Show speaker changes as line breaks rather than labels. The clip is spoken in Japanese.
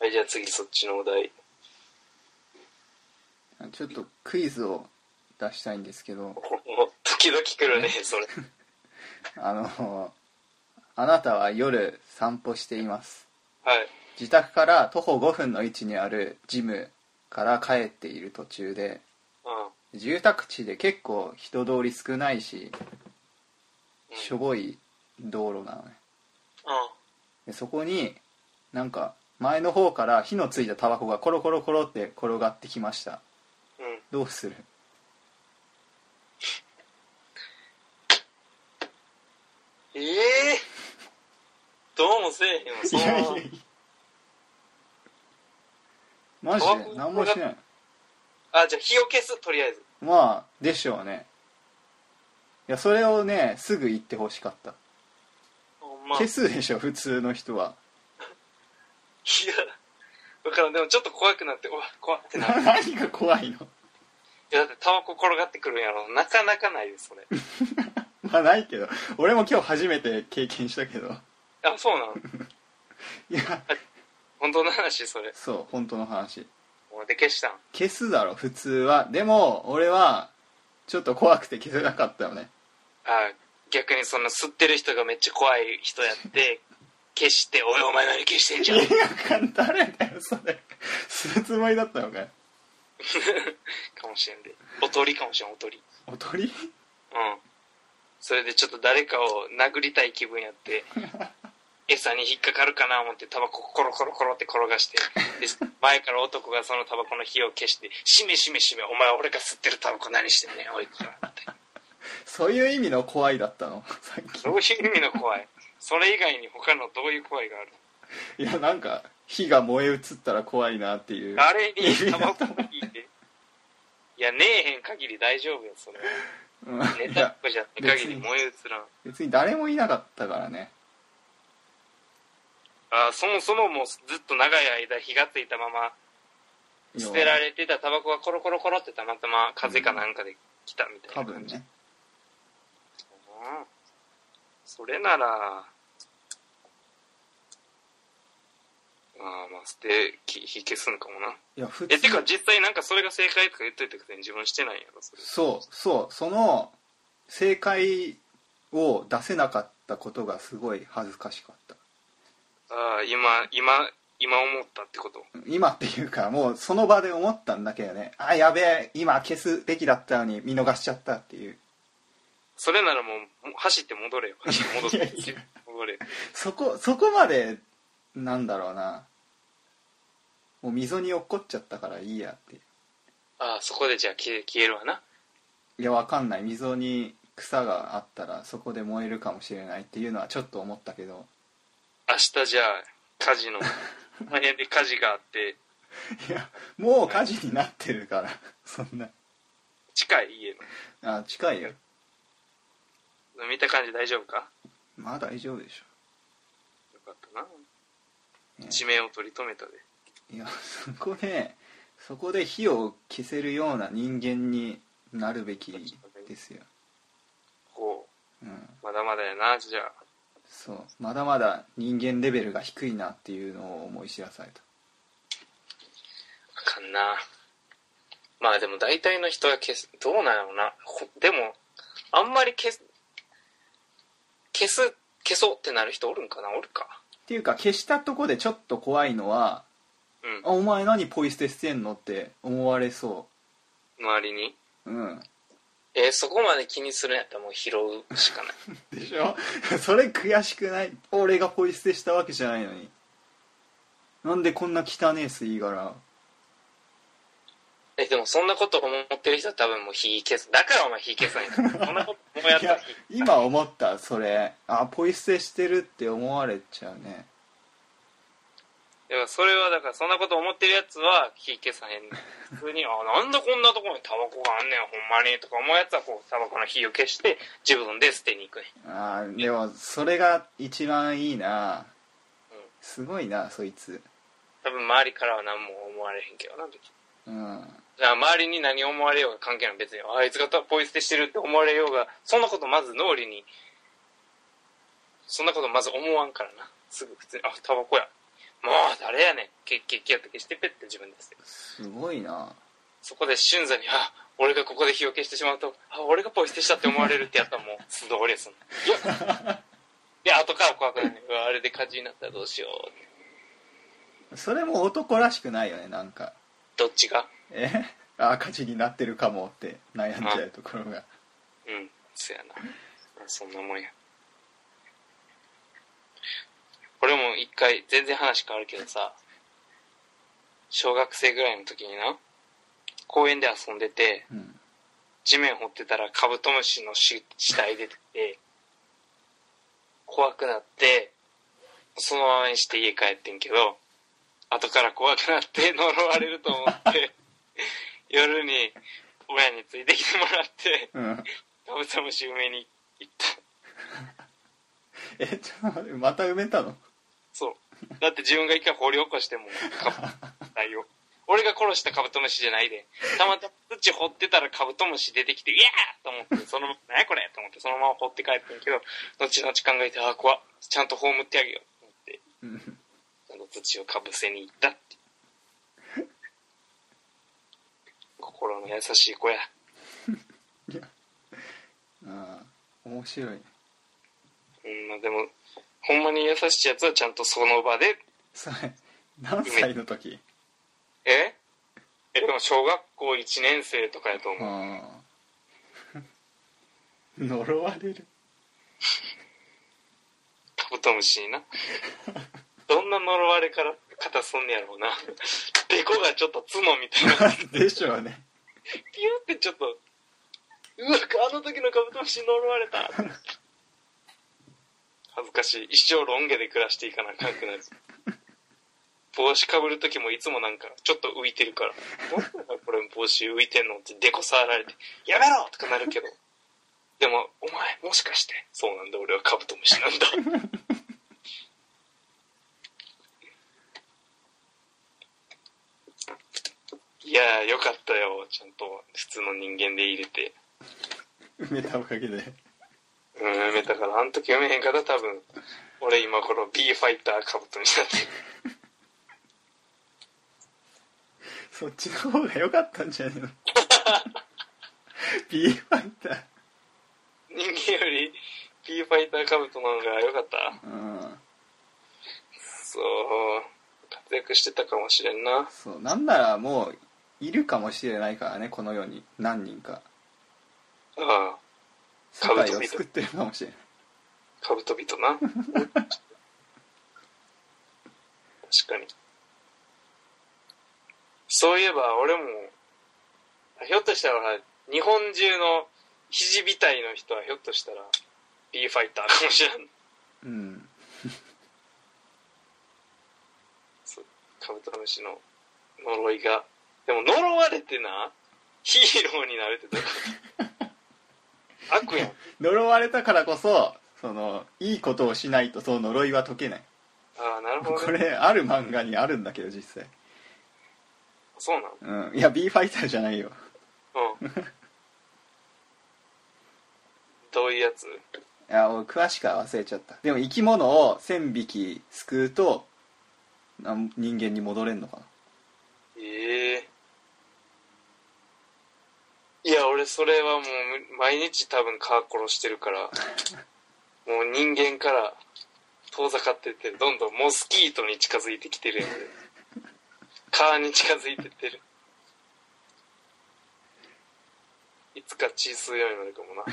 はい、じゃあ次そっちのお題。
ちょっとクイズを出したいんですけど
もう、時々来るね、それ。
あのあなたは夜散歩しています
はい。
自宅から徒歩5分の位置にあるジムから帰っている途中で
う
住宅地で結構人通り少ないし
ん。
しょぼい道路なのね
うん。
でそこになんか前の方から火のついたタバコがコロコロコロって転がってきました
うん。
どうする
ええどうもせえへんわ、そ
いやいや
の
いやマジで何もしない
あ、じゃあ火を消す、とりあえず。
まあでしょうねいやそれをねすぐ言ってほしかった
ほんま。
消すでしょ普通の人はい
や、だからんでもちょっと怖くなって、うわ、怖ってなる。
何が怖いの
いや、だってタバコ転がってくるんやろ。なかなかないです、それ。
まあないけど俺も今日初めて経験したけど
あ、そうなの
いや
本当の話、それ。
そう本当の話
で、消したん。
消すだろ普通はでも俺はちょっと怖くて消せなかったよね
あ、逆にその吸ってる人がめっちゃ怖い人やって、消して、おい、お前何消してん じゃん。
いや誰だよそれするつもりだったのかよ
かもしれんで。おとりかもしれん、おとり。
おとり
うん。それでちょっと誰かを殴りたい気分やっ て、餌に引っかかるかな思ってタバココロコロコロって転がして、で、前から男がそのタバコの火を消して、しめしめしめ、お前俺が吸ってるタバコ何してんねん、おいこらって。
そういう意味の怖いだったのさっき
どういう意味の怖いそれ以外に他のどういう怖いがある
いやなんか火が燃え移ったら怖いなっていう
誰にタバコを引いて。いや、ねえへん限り大丈夫よ、それは。
うん
ネ
い
タっ
や
子じゃない限り燃え移らん。
別に誰もいなかったからね
あそもそももうずっと長い間火がついたまま捨てられてたタバコがコロコロコロってたまたま風かなんかで来たみたい
多
な
分ね
うんそれならああまあ捨てき火消すんかもない
や普
えてか
通
実際なんかそれが正解とか言っといてくせに自分してないんやろそれ
そうそうその正解を出せなかったことがすごい恥ずかしかった
ああ今今今思ったってこと
今っていうかもうその場で思ったんだけどねあやべえ今消すべきだったのに見逃しちゃったっていう
それならもうもう走って戻れよ走って戻って
いやい や
戻れよ
そこそこまでなんだろうなもう溝に落っこっちゃったからいいやって
ああそこでじゃあ消え消えるわない
やわかんない溝に草があったらそこで燃えるかもしれないっていうのはちょっと思ったけど
明日じゃあ火事の この辺で火事があって
いやもう火事になってるから そんな
近い家の
あ近いよ
見た感じ大丈夫か
まあ大丈夫でし
よかったな
ね
地名を取り留めたで
ょいや そこでそこで火を消せるような人間になるべきですよ、
こ
うん、
うまだまだやなじゃあ
そうまだまだ人間レベルが低いなっていうのを思い知らされた
あかんなまあでも大体の人は消すどうなんやろうなほでもあんまり消す消す消そうってなる人おるんかなおるか
っていうか消したとこでちょっと怖いのは
うん
「あお前何ポイ捨てしてんの?」って思われそ
周りに
ううん
えーそこまで気にするんやったらもう拾うしかない
でしょ それ悔しくない俺がポイ捨てしたわけじゃないのになんでこんな汚え吸い殻
えでもそんなこと思ってる人は多分もう火消すだからお前火消さないそんなこともうやっ
い
たら
や
火
今思ったそれあポイ捨てしてるって思われちゃうね
だからそれはだからそんなこと思ってるやつは火消さへんねん普通に「あなんだこんなとこにタバコがあんねんほんまに」とか思うやつはこうタバコの火を消して自分で捨てに行くねん
あーでもそれが一番いいな
うん
すごいなそいつ
多分周りからは何も思われへんけどな別に
うん
だから周りに何思われようが関係ない別にあいつがポイ捨てしてるって思われようがそんなことまず脳裏にそんなことまず思わんからなすぐ普通に「あタバコやもう誰やねんケッケッケッって消してペッて自分です
すごいな
そこで瞬座に「あ俺がここで火を消してしまうとあ俺がポイ捨てしたって思われる」ってやったらもう素通りですもんで後から怖くなるねうわあれで火事になったらどうしようって
それも男らしくないよねなんか
どっちが
え あ火事になってるかもって悩んじゃうところが
うんそやなまあそんなもんや俺も一回全然話変わるけどさ小学生ぐらいの時にな公園で遊んでて
うん
地面掘ってたらカブトムシの死死体出てきて怖くなってそのままにして家帰ってんけど後から怖くなって呪われると思って 夜に親についてきてもらって
うん
カブトムシ埋めに行った
えちょっと待ってまた埋めたの
そうだって自分が一回掘り起こしてもカブ体を俺が殺したカブトムシじゃないでたまたま土掘ってたらカブトムシ出てきて「いやー!」と思ってそのまま「何やこれ!」と思ってそのまま掘って帰ったんやけど後々考えて「ああ怖っちゃんと葬ってあげよう」と思って
うん
その土をかぶせに行ったって心の優しい子や
ああ面白いね
うんまあでもほんまに優しいやつはちゃんとその場で
それ何歳の時
ええでも小学校1年生とかやと思う
ああ呪われる
カブトムシにな どんな呪われから片すんねやろうな デコがちょっと角みたいな
でしょうね
ピューってちょっとうわあの時のカブトムシに呪われた恥ずかしい一生ロン毛で暮らしていかなあかんくなる帽子かぶる時もいつもなんかちょっと浮いてるから「なんだこれ帽子浮いてんの?」ってデコ触られて「やめろ!」とかなるけどでも「お前もしかしてそうなんだ俺はカブトムシなんだ」いやーよかったよちゃんと普通の人間で入れて
埋めたおかげで
うん埋めたからあの時埋めへんかった多分俺今頃 B ファイターカブトになってる
そっちの方が良かったんじゃ ねえの B ファイター
人間より B ファイターカブトの方が良かった
うん
そう活躍してたかもしれんな
そうなんならもういるかもしれないからねこの世に何人か
ああ
世界を作ってるかもしれない
カブトビトな確かにそういえば俺もひょっとしたら日本中の肘びたいの人はひょっとしたら B ファイターかもしれん
うん
そうカブトムシの呪いがでも呪われてなヒーローになるってどういうこと悪やん
呪われたからこそそのいいことをしないとその呪いは解けない
ああなるほど、
こ
ね、
れある漫画にあるんだけど実際
そうなの
うんいや B ファイターじゃないよ
うんどういうやつ
いや俺詳しくは忘れちゃったでも生き物を1000匹救うとなん人間に戻れんのかな
ええいや俺それはもうむ毎日多分蚊殺してるからもう人間から遠ざかってってどんどんモスキートに近づいてきてるやん俺蚊に近づいてってるいつか血吸うようになるかもな